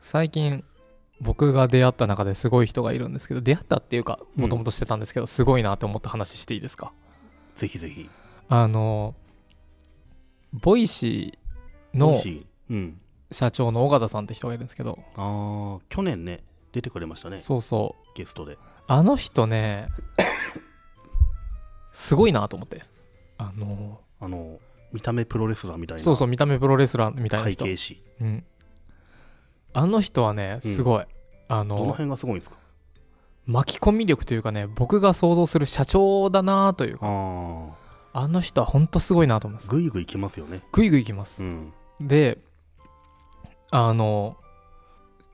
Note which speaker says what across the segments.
Speaker 1: 最近僕が出会った中ですごい人がいるんですけど出会ったっていうか
Speaker 2: うん
Speaker 1: もともとしてたんですけど、すごいなと思った話していいですか
Speaker 2: ぜひぜひ。
Speaker 1: あのボイシー
Speaker 2: も
Speaker 1: の
Speaker 2: しうん。
Speaker 1: 社長の尾形さんって人がいるんですけど、
Speaker 2: ああ、去年ね、出てくれましたね、
Speaker 1: そうそう
Speaker 2: ゲストで。
Speaker 1: あの人ねすごいなと思ってあの
Speaker 2: あの、見た目プロレスラーみたいな。
Speaker 1: そうそう見た目プロレスラーみたいな
Speaker 2: 会
Speaker 1: 人、
Speaker 2: 計士。
Speaker 1: うん、あの人はねすごい、あ
Speaker 2: ど
Speaker 1: の
Speaker 2: の辺がすごいんですか
Speaker 1: 巻き込み力というかね僕が想像する社長だなという
Speaker 2: ああ、
Speaker 1: あの人は本当すごいなと思います。
Speaker 2: ぐいぐいきますよね。
Speaker 1: ぐいぐい行きます
Speaker 2: う。ん。
Speaker 1: で、あの、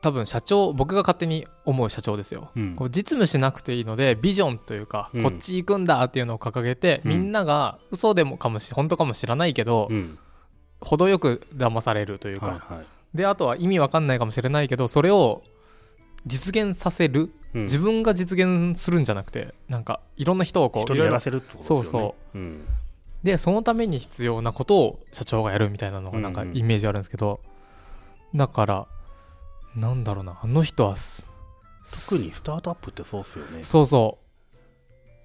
Speaker 1: 多分社長、僕が勝手に思う社長ですよ。
Speaker 2: うん
Speaker 1: こ。う実務しなくていいので、ビジョンというか、
Speaker 2: うん
Speaker 1: こっち行くんだっていうのを掲げて、
Speaker 2: うん
Speaker 1: みんなが嘘でもかもし、本当かもしらないけど、
Speaker 2: うん。
Speaker 1: 程よく騙されるというか、
Speaker 2: はいはい。
Speaker 1: で、あとは意味わかんないかもしれないけど、それを実現させる、
Speaker 2: うん
Speaker 1: 自分が実現するんじゃなくて、なんか、いろんな人をこう、
Speaker 2: 人
Speaker 1: い
Speaker 2: に
Speaker 1: ろい
Speaker 2: や
Speaker 1: ろ
Speaker 2: らせるってことですよ
Speaker 1: そ
Speaker 2: ね。
Speaker 1: うそう。
Speaker 2: う。うん。
Speaker 1: でそのために必要なことを社長がやるみたいなのがなんか
Speaker 2: うんうん
Speaker 1: イメージあるんですけど、だからなんだろうなあの人はす
Speaker 2: 特にスタートアップってそうっすよね。
Speaker 1: そうそ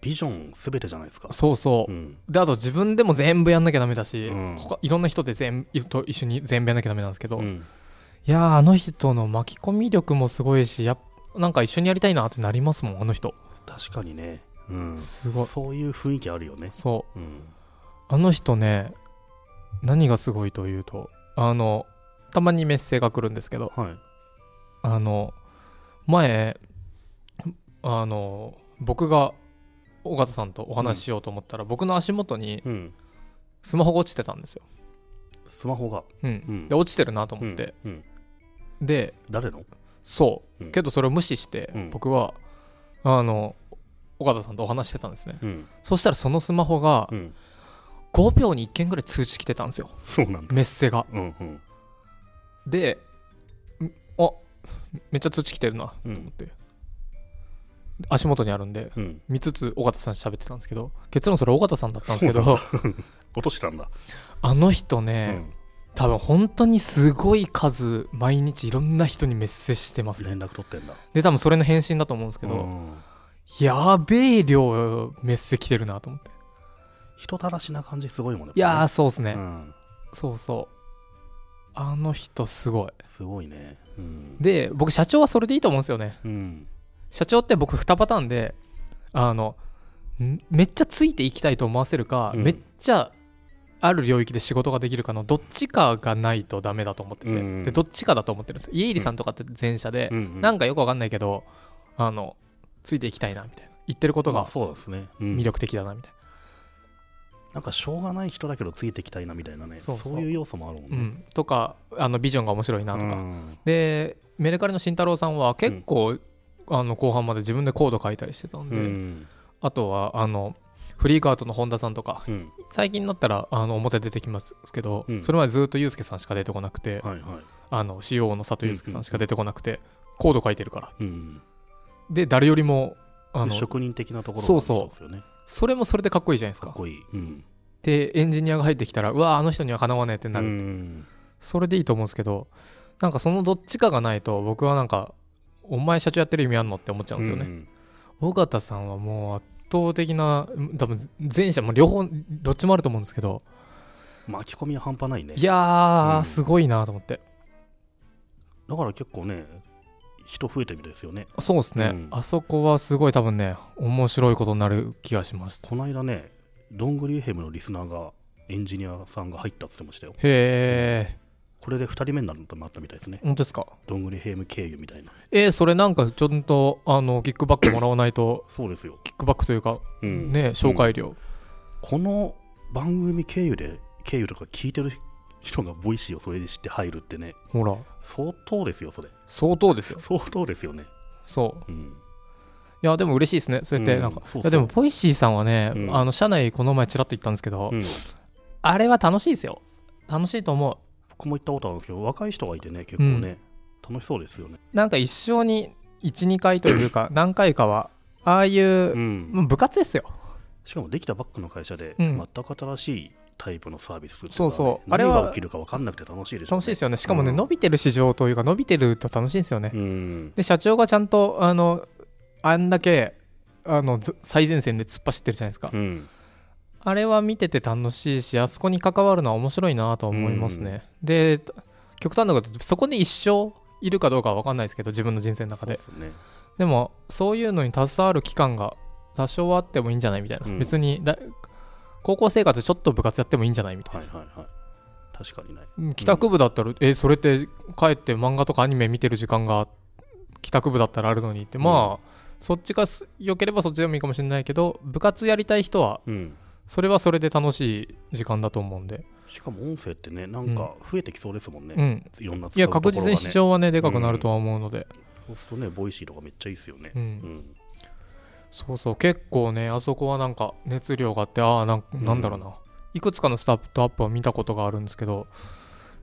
Speaker 2: ビジョンすべてじゃないですか
Speaker 1: う。そうそう、
Speaker 2: うん。
Speaker 1: であと自分でも全部やんなきゃダメだし、
Speaker 2: うん
Speaker 1: 他いろんな人で全いと一緒に全部やんなきゃダメなんですけど、
Speaker 2: う
Speaker 1: い
Speaker 2: ん
Speaker 1: やーあの人の巻き込み力もすごいしやっなんか一緒にやりたいなってなりますもんあの人
Speaker 2: 確かにね。うん。
Speaker 1: すごい
Speaker 2: そういう雰囲気あるよね。
Speaker 1: そう
Speaker 2: うん。
Speaker 1: あの人ね、何がすごいというと、あの、たまにメッセが来るんですけど、
Speaker 2: はい。
Speaker 1: あの、前、あの、僕が尾形さんとお話ししようと思ったら、僕の足元に
Speaker 2: うん。
Speaker 1: スマホが落ちてたんですよ。
Speaker 2: スマホが。
Speaker 1: うん。
Speaker 2: うん
Speaker 1: で、落ちてるなと思って。
Speaker 2: うん。うん
Speaker 1: で、
Speaker 2: 誰の
Speaker 1: そう、
Speaker 2: うん
Speaker 1: けどそれを無視して、
Speaker 2: うん
Speaker 1: 僕は、あの、尾形さんとお話ししてたんですね。
Speaker 2: うん。
Speaker 1: そしたらそのスマホが
Speaker 2: うん。
Speaker 1: 5秒に1件ぐらい通知来てたんですよ。
Speaker 2: そうなんだ。
Speaker 1: メッセが。
Speaker 2: うんうん。
Speaker 1: で、んあめっちゃ通知来てるなと
Speaker 2: うん
Speaker 1: 思って、足元にあるんで、
Speaker 2: うん。
Speaker 1: 見つつ、尾形さんと喋ってたんですけど、結論それ、尾形さんだったんですけど、
Speaker 2: 落としたんだ。
Speaker 1: あの人
Speaker 2: う
Speaker 1: ね、
Speaker 2: ん。
Speaker 1: 多分本当にすごい数、毎日いろんな人にメッセしてますね。
Speaker 2: 連絡取ってんだ。
Speaker 1: で、多分それの返信だと思うんですけ
Speaker 2: う
Speaker 1: ど、
Speaker 2: ん
Speaker 1: やべえ量、メッセ来てるなと思って。
Speaker 2: 人たらしな感じすごいもんね。
Speaker 1: いやー、
Speaker 2: やっ
Speaker 1: そうです
Speaker 2: ぱ
Speaker 1: ね、
Speaker 2: ねうん。
Speaker 1: そうそう。あの人、すごい。
Speaker 2: すごいね。うん。
Speaker 1: で、僕、社長はそれでいいと思うんですよね。
Speaker 2: うん。
Speaker 1: 社長って僕2パターンであのんめっちゃついていきたいと思わせるか、
Speaker 2: うん
Speaker 1: めっちゃある領域で仕事ができるかのどっちかがないとダメだと思ってて、
Speaker 2: うん
Speaker 1: でどっちかだと思ってるんです家入さんとかって前者で、
Speaker 2: うん
Speaker 1: なんかよくわかんないけどあのついていきたいなみたいな言ってること
Speaker 2: まあ
Speaker 1: が
Speaker 2: そうですね。うん
Speaker 1: 魅力的だなみたい
Speaker 2: なんかしょうがない人だけどついてきたいなみたいなね。
Speaker 1: そうそう
Speaker 2: そういう要素もあるもん
Speaker 1: な、うん
Speaker 2: ね。
Speaker 1: とかあのビジョンが面白いなとか、
Speaker 2: うん
Speaker 1: でメルカリの慎太郎さんは結構、あの後半まで自分でコード書いたりしてたんで、
Speaker 2: うん。
Speaker 1: あとはあのフリークアウトの本田さんとか
Speaker 2: うん。
Speaker 1: 最近になったらあの表出てきますけど、
Speaker 2: うん
Speaker 1: それまでずっとユースケさんしか出てこなくて、
Speaker 2: はいはい。
Speaker 1: あの CO の佐藤ユースケさんしか出てこなくて、コード書いてるから
Speaker 2: うん。
Speaker 1: で誰よりもあ
Speaker 2: あ
Speaker 1: の
Speaker 2: の職人的なところ
Speaker 1: そうそう
Speaker 2: うですよね。
Speaker 1: それもそれでかっこいいじゃないです
Speaker 2: か
Speaker 1: か
Speaker 2: っこいい。うん。
Speaker 1: でエンジニアが入ってきたらうわあの人にはかなわねえってなる、
Speaker 2: うん
Speaker 1: それでいいと思うんですけどなんかそのどっちかがないと僕はなんかお前社長やってる意味あんのって思っちゃうんですよね、
Speaker 2: ね。
Speaker 1: 尾形さんはもう圧倒的な多分前者も両方どっちもあると思うんですけど
Speaker 2: 巻き込みは半端ないね。
Speaker 1: いやー、
Speaker 2: うん
Speaker 1: すごいなと思って
Speaker 2: だから結構ね、人増えてみたいですよね。
Speaker 1: そうですね、
Speaker 2: うん
Speaker 1: あそこはすごい多分ね面白いことになる気がしました
Speaker 2: この間ね、どんぐりヘムのリスナーが、エンジニアさんが入ったって言ってましたよ。
Speaker 1: へえ、
Speaker 2: これで2人目になるとなったみたいですね。
Speaker 1: 本当ですか
Speaker 2: どんぐりヘム経由みたいな。
Speaker 1: えー、それなんかちょっとあのキックバックもらわない と
Speaker 2: そうですよ。
Speaker 1: キックバックというか、
Speaker 2: うん
Speaker 1: ね紹介料、
Speaker 2: この番組経由で、経由とか聞いてる人がボイシーをそれで知って入るってね、
Speaker 1: ほら
Speaker 2: 相当ですよ、それ。
Speaker 1: 相当ですよ
Speaker 2: 相当ですよね。
Speaker 1: そう
Speaker 2: うん。
Speaker 1: いやでも嬉しいですねそうやって
Speaker 2: うん
Speaker 1: なんか、
Speaker 2: そうそう
Speaker 1: いやでもポイシーさんはね、
Speaker 2: うん
Speaker 1: あの社内この前ちらっと言ったんですけど、
Speaker 2: うん
Speaker 1: あれは楽しいですよ楽しいと思う
Speaker 2: 僕も行ったことあるんですけど、若い人がいてね、結構ね、楽しそうですよね。
Speaker 1: なんか一生に12回という か何回かはああいう
Speaker 2: う、ん。
Speaker 1: もう部活ですよ
Speaker 2: しかもできたばっかの会社で、
Speaker 1: うん
Speaker 2: 全く新しいタイプのサービスっていか
Speaker 1: そうそうあれ
Speaker 2: 何
Speaker 1: は
Speaker 2: が起きるか分かんなくて楽しいでしょうね、
Speaker 1: 楽しいですよねしかもね、
Speaker 2: うん
Speaker 1: 伸びてる市場というか伸びてると楽しいんですよね、
Speaker 2: うん
Speaker 1: で社長がちゃんとあのあんだけあのず最前線で突っ走ってるじゃないですか、
Speaker 2: うん
Speaker 1: あれは見てて楽しいしあそこに関わるのは面白いなとは思いますね、で極端なこと言うとそこに一生いるかどうかは分かんないですけど自分の人生の中で
Speaker 2: そうっすね
Speaker 1: でもそういうのに携わる期間が多少はあってもいいんじゃないみたいな、
Speaker 2: うん
Speaker 1: 別にだ高校生活ちょっと部活やってもいいんじゃないみたいな
Speaker 2: はいはいはい確かにね
Speaker 1: うん帰宅部だったら、えそれって帰って漫画とかアニメ見てる時間が帰宅部だったらあるのにってまあ、そっちがす良ければそっちでもいいかもしれないけど部活やりたい人は
Speaker 2: うん
Speaker 1: それはそれで楽しい時間だと思うんで、
Speaker 2: しかも音声ってねなんか増えてきそうですもんね、
Speaker 1: うん
Speaker 2: いろんない使
Speaker 1: や
Speaker 2: うところ
Speaker 1: 確
Speaker 2: が、ね、
Speaker 1: 実に市場はねでかくなるとは思うので、
Speaker 2: そうするとねボイシーとかめっちゃいいですよね
Speaker 1: うん
Speaker 2: うん
Speaker 1: そうそう結構ねあそこはなんか熱量があってああなん
Speaker 2: ん
Speaker 1: なんだろうな、いくつかのスタートアップを見たことがあるんですけど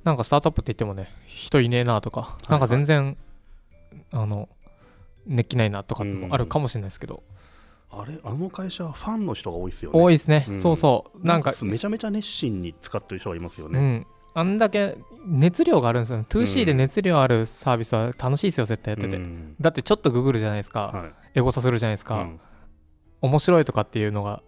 Speaker 1: なんかスタートアップって言ってもね人いねえなとか、
Speaker 2: い
Speaker 1: なんか全然あの熱気ないなとかもあるかもしれないですけど、
Speaker 2: あれあの会社はファンの人が多いですよね
Speaker 1: 多いですね、
Speaker 2: うん
Speaker 1: そうそうなんか
Speaker 2: めちゃめちゃ熱心に使ってる人がいますよ
Speaker 1: う
Speaker 2: ね、
Speaker 1: んあんだけ熱量があるんですよね 2C で熱量あるサービスは楽しいですよ絶対やってて、
Speaker 2: うん
Speaker 1: だってちょっとググるじゃないですか、
Speaker 2: はい
Speaker 1: エゴサするじゃないですか、
Speaker 2: うん
Speaker 1: 面白いとかっていうのが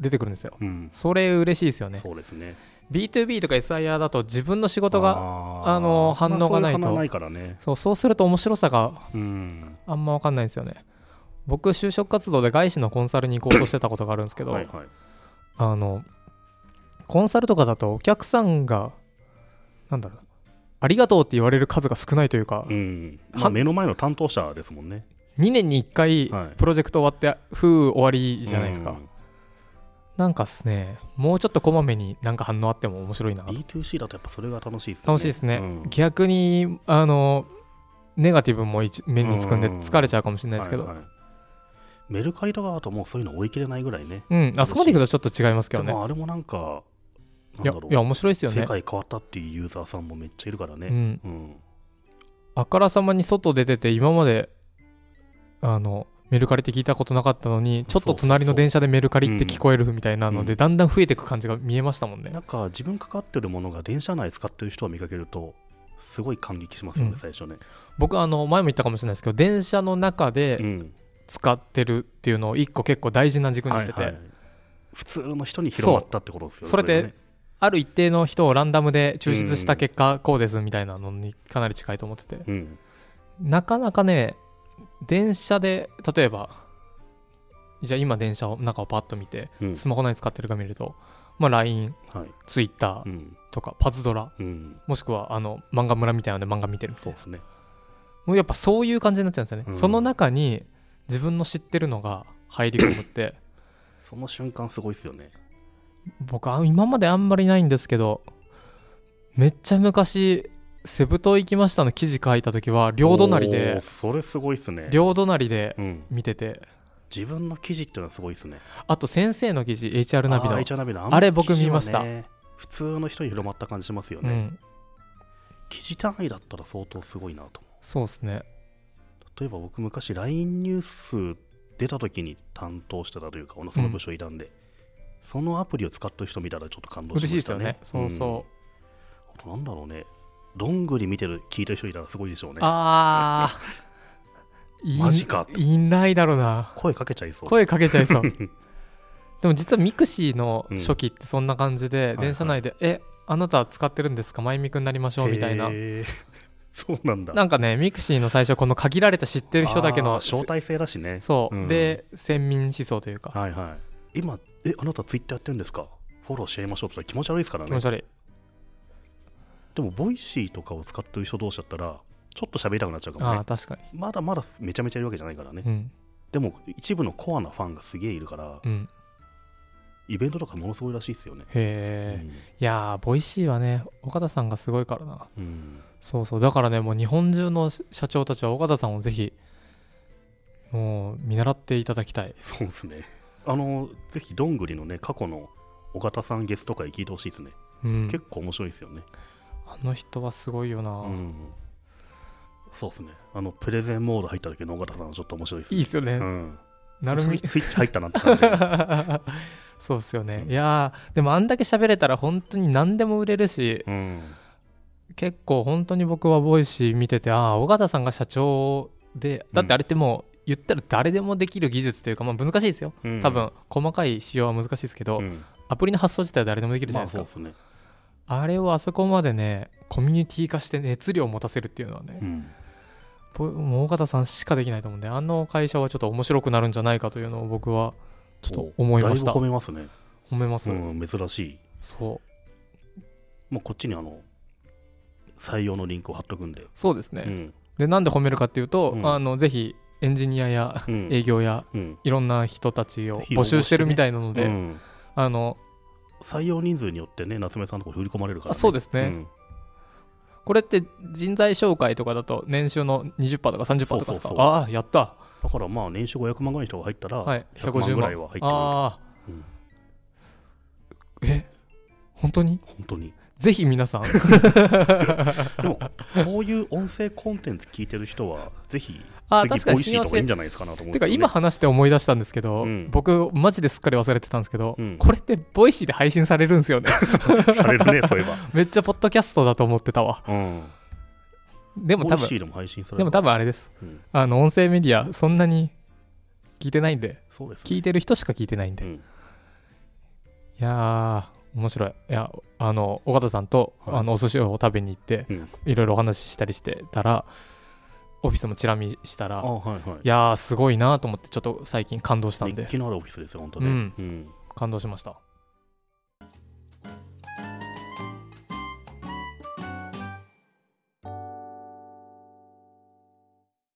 Speaker 1: 出てくるんですよ
Speaker 2: うん
Speaker 1: それ嬉しいですよね
Speaker 2: そうですね
Speaker 1: B2B とか SIR だと自分の仕事が
Speaker 2: あー
Speaker 1: あの反応がないと
Speaker 2: まあそうう反応ないからね
Speaker 1: そうそうすると面白さが
Speaker 2: うん
Speaker 1: あんま分かんないんですよね僕就職活動で外資のコンサルに行こうとしてたことがあるんですけど、
Speaker 2: はいはい
Speaker 1: あのコンサルとかだとお客さんがなんだろうありがとうって言われる数が少ないというか、
Speaker 2: うんま
Speaker 1: は
Speaker 2: あ、目の前の担当者ですもんね
Speaker 1: 2年に1回
Speaker 2: はい
Speaker 1: プロジェクト終わって、ふう終わりじゃないですか、
Speaker 2: うん
Speaker 1: なんかっすねもうちょっとこまめになんか反応あっても面白いなと
Speaker 2: B2C だとやっぱそれが楽しいですよね
Speaker 1: 楽しいですね、
Speaker 2: うん
Speaker 1: 逆にあのネガティブも一目につくんで
Speaker 2: うん
Speaker 1: 疲れちゃうかもしれないですけど、
Speaker 2: はいはいメルカリとかだともうそういうの追い切れないぐらいね
Speaker 1: うん、あそこまで行くとちょっと違いますけ
Speaker 2: で
Speaker 1: どね
Speaker 2: もあれもなんかなん
Speaker 1: い
Speaker 2: だ
Speaker 1: や
Speaker 2: ろう
Speaker 1: いや面白いですよ
Speaker 2: 世
Speaker 1: ね、
Speaker 2: 界変わったっていうユーザーさんもめっちゃいるから
Speaker 1: う
Speaker 2: ね
Speaker 1: ん、
Speaker 2: うん
Speaker 1: あからさまに外出てて今まであのメルカリって聞いたことなかったのにちょっと隣の電車でメルカリって聞こえるみたいなので、
Speaker 2: うん
Speaker 1: だんだん増えていく感じが見えましたもんね
Speaker 2: なんか自分かかってるものが電車内使ってる人を見かけるとすごい感激しますよね、
Speaker 1: うん
Speaker 2: 最初ね、
Speaker 1: 僕あの前も言ったかもしれないですけど電車の中で
Speaker 2: うん
Speaker 1: 使ってるっていうのを一個結構大事な軸にしてて、
Speaker 2: はいはい普通の人に広まったってことですよね
Speaker 1: そう
Speaker 2: れがね
Speaker 1: ある一定の人をランダムで抽出した結果こうですみたいなのにかなり近いと思ってて
Speaker 2: うん
Speaker 1: なかなかね電車で例えばじゃあ今電車を中をパッと見て
Speaker 2: うん
Speaker 1: スマホ何使ってるか見ると、まあ、LINE、
Speaker 2: はい
Speaker 1: Twitter
Speaker 2: うん
Speaker 1: とかパズドラ
Speaker 2: うん
Speaker 1: もしくはあの漫画村みたいなので漫画見てるみた
Speaker 2: そ
Speaker 1: いうな
Speaker 2: ですね
Speaker 1: もうやっぱそういう感じになっちゃうんですよね、
Speaker 2: うん
Speaker 1: その中に自分の知ってるのが入り込むって
Speaker 2: その瞬間すごいですよね
Speaker 1: 僕は今まであんまりないんですけどめっちゃ昔セブ島行きましたの記事書いた時は両隣
Speaker 2: お
Speaker 1: で
Speaker 2: ーそれすごいですね、
Speaker 1: 両隣で
Speaker 2: うん、
Speaker 1: 見てて
Speaker 2: 自分の記事っていうのはすごいですね
Speaker 1: あと先生の記事 HR ナビ
Speaker 2: あ
Speaker 1: の
Speaker 2: ー HR ナビのあ
Speaker 1: あれ
Speaker 2: の記
Speaker 1: 僕見
Speaker 2: 事はね
Speaker 1: ました
Speaker 2: 普通の人に広まった感じしますよ
Speaker 1: う
Speaker 2: ね、
Speaker 1: ん
Speaker 2: 記事単位だったら相当すごいなと思
Speaker 1: そうですね
Speaker 2: う例えば僕昔 LINE ニュース出た時に担当してたというかその部署いたんで、そのアプリを使ってる人見たらちょっと感動し
Speaker 1: 嬉
Speaker 2: ま
Speaker 1: しいで
Speaker 2: し
Speaker 1: す
Speaker 2: た
Speaker 1: よ
Speaker 2: ね
Speaker 1: ねそうそう、
Speaker 2: んあとなんだろうねどんぐり見てる聞いてる人いたらすごいでしょうね
Speaker 1: ああい
Speaker 2: マジかって
Speaker 1: いないだろうな
Speaker 2: 声かけちゃいそう
Speaker 1: 声かけちゃい そうでも実はミクシーの初期ってそんな感じで、
Speaker 2: うん
Speaker 1: 電車内で「えあなた使ってるんですかマイミクになりましょう」みたいな
Speaker 2: へー そうなんだ
Speaker 1: なんかねミクシーの最初この限られた知ってる人だけ
Speaker 2: あー
Speaker 1: の
Speaker 2: 招待制だしね
Speaker 1: そう、
Speaker 2: うん
Speaker 1: で先民思想というか
Speaker 2: はいはい今えあなたツイッターやってるんですかフォローし合いましょうって言ったら気持ち悪いですから
Speaker 1: 気
Speaker 2: ね
Speaker 1: 持ち悪い
Speaker 2: でもボイシーとかを使ってる人同士だったらちょっと喋りたくなっちゃうかも
Speaker 1: あ
Speaker 2: ね
Speaker 1: あ確かに
Speaker 2: まだまだめちゃめちゃいるわけじゃないからね、
Speaker 1: うん
Speaker 2: でも一部のコアなファンがすげえいるから、
Speaker 1: うん
Speaker 2: イベントとかものすごいらしいですよね、
Speaker 1: へえ、いやーボイシーはね岡田さんがすごいからな
Speaker 2: うんうん
Speaker 1: そうそうだからねもう日本中の社長たちは岡田さんをぜひもう見習っていただきたい
Speaker 2: そうですねあのぜひどんぐりのね過去の岡田さんゲスト会聞いてほしいですね、
Speaker 1: うん
Speaker 2: 結構面白いですよね
Speaker 1: あの人はすごいよな、
Speaker 2: うんそうですねあのプレゼンモード入った時の尾形さんはちょっと面白いです
Speaker 1: いいっすよね、
Speaker 2: うん
Speaker 1: なる
Speaker 2: スイ
Speaker 1: み
Speaker 2: ッスイッチ入ったなって感じが
Speaker 1: そうっすよね、
Speaker 2: うん
Speaker 1: いやーでもあんだけ喋れたら本当に何でも売れるし
Speaker 2: うん
Speaker 1: 結構本当に僕はボイシー見ててああ尾形さんが社長でだってあれってもう言ったら誰でもできる技術というか、まあ、難しいですよ
Speaker 2: うん
Speaker 1: 多分細かい仕様は難しいですけど、
Speaker 2: うん
Speaker 1: アプリの発想自体は誰でもできるじゃ
Speaker 2: ま
Speaker 1: ない
Speaker 2: あ
Speaker 1: です
Speaker 2: そう
Speaker 1: か、
Speaker 2: ですね
Speaker 1: あ、れをあそこまでねコミュニティ化して熱量を持たせるっていうのはね
Speaker 2: う、ん
Speaker 1: ぼもう尾形さんしかできないと思うんであの会社はちょっと面白くなるんじゃないかというのを僕はちょっと思いました
Speaker 2: だいぶ褒
Speaker 1: 褒
Speaker 2: めますね、
Speaker 1: めます、
Speaker 2: うん、珍しい
Speaker 1: そう
Speaker 2: もうこっちにあの採用のリンクを貼っとくんで、
Speaker 1: そうですね、
Speaker 2: うん
Speaker 1: でなんで褒めるかっていうと、
Speaker 2: うん
Speaker 1: あのぜひエンジニアや
Speaker 2: うん
Speaker 1: 営業や
Speaker 2: うん
Speaker 1: いろんな人たちを
Speaker 2: ぜひ
Speaker 1: 募集してるみたいなので、
Speaker 2: うん
Speaker 1: あの
Speaker 2: 採用人数によってね夏目さんのところ振り込まれるから、
Speaker 1: あそうで
Speaker 2: で
Speaker 1: すね、これって人材紹介とかだと年収の20%とか30%とかですか
Speaker 2: そうそうそう
Speaker 1: ああやった
Speaker 2: だからまあ年収500万ぐらいの人が入ったら、
Speaker 1: はい
Speaker 2: 100万ぐらいは入ってくる
Speaker 1: ああ、
Speaker 2: うん
Speaker 1: え本当に
Speaker 2: 本当に
Speaker 1: ぜひ皆さん
Speaker 2: でもこういう音声コンテンツ聞いてる人はぜひ
Speaker 1: あ
Speaker 2: 次
Speaker 1: 確かに
Speaker 2: ボイシー
Speaker 1: 幸
Speaker 2: とか
Speaker 1: せ
Speaker 2: いいんじゃないですかなと思う
Speaker 1: て
Speaker 2: んです
Speaker 1: か
Speaker 2: よね、
Speaker 1: 今話して思い出したんですけど、
Speaker 2: うん
Speaker 1: 僕マジですっかり忘れてたんですけど、
Speaker 2: うん
Speaker 1: これってボイシーで配信されるんです よね
Speaker 2: されるねそういえば、
Speaker 1: めっちゃポッドキャストだと思ってたわ
Speaker 2: うん、
Speaker 1: でも
Speaker 2: ボ
Speaker 1: 多
Speaker 2: イ
Speaker 1: 分
Speaker 2: シーでも配信される
Speaker 1: でも多分あれです
Speaker 2: うん
Speaker 1: あの音声メディアそんなに聞いてないんで
Speaker 2: そうですね
Speaker 1: 聞いてる人しか聞いてないんで、
Speaker 2: う
Speaker 1: い
Speaker 2: ん
Speaker 1: やー面白いいやあの尾形さんと、
Speaker 2: はい
Speaker 1: あのお寿司を食べに行って
Speaker 2: うん
Speaker 1: いろいろお話ししたりしてたらオフィスもチラ見したら
Speaker 2: あはいはい
Speaker 1: いやーすごいなと思ってちょっと最近感動したんで
Speaker 2: 熱気のあるオフィスですよ本当
Speaker 1: う
Speaker 2: ね
Speaker 1: ん
Speaker 2: うん
Speaker 1: 感動しました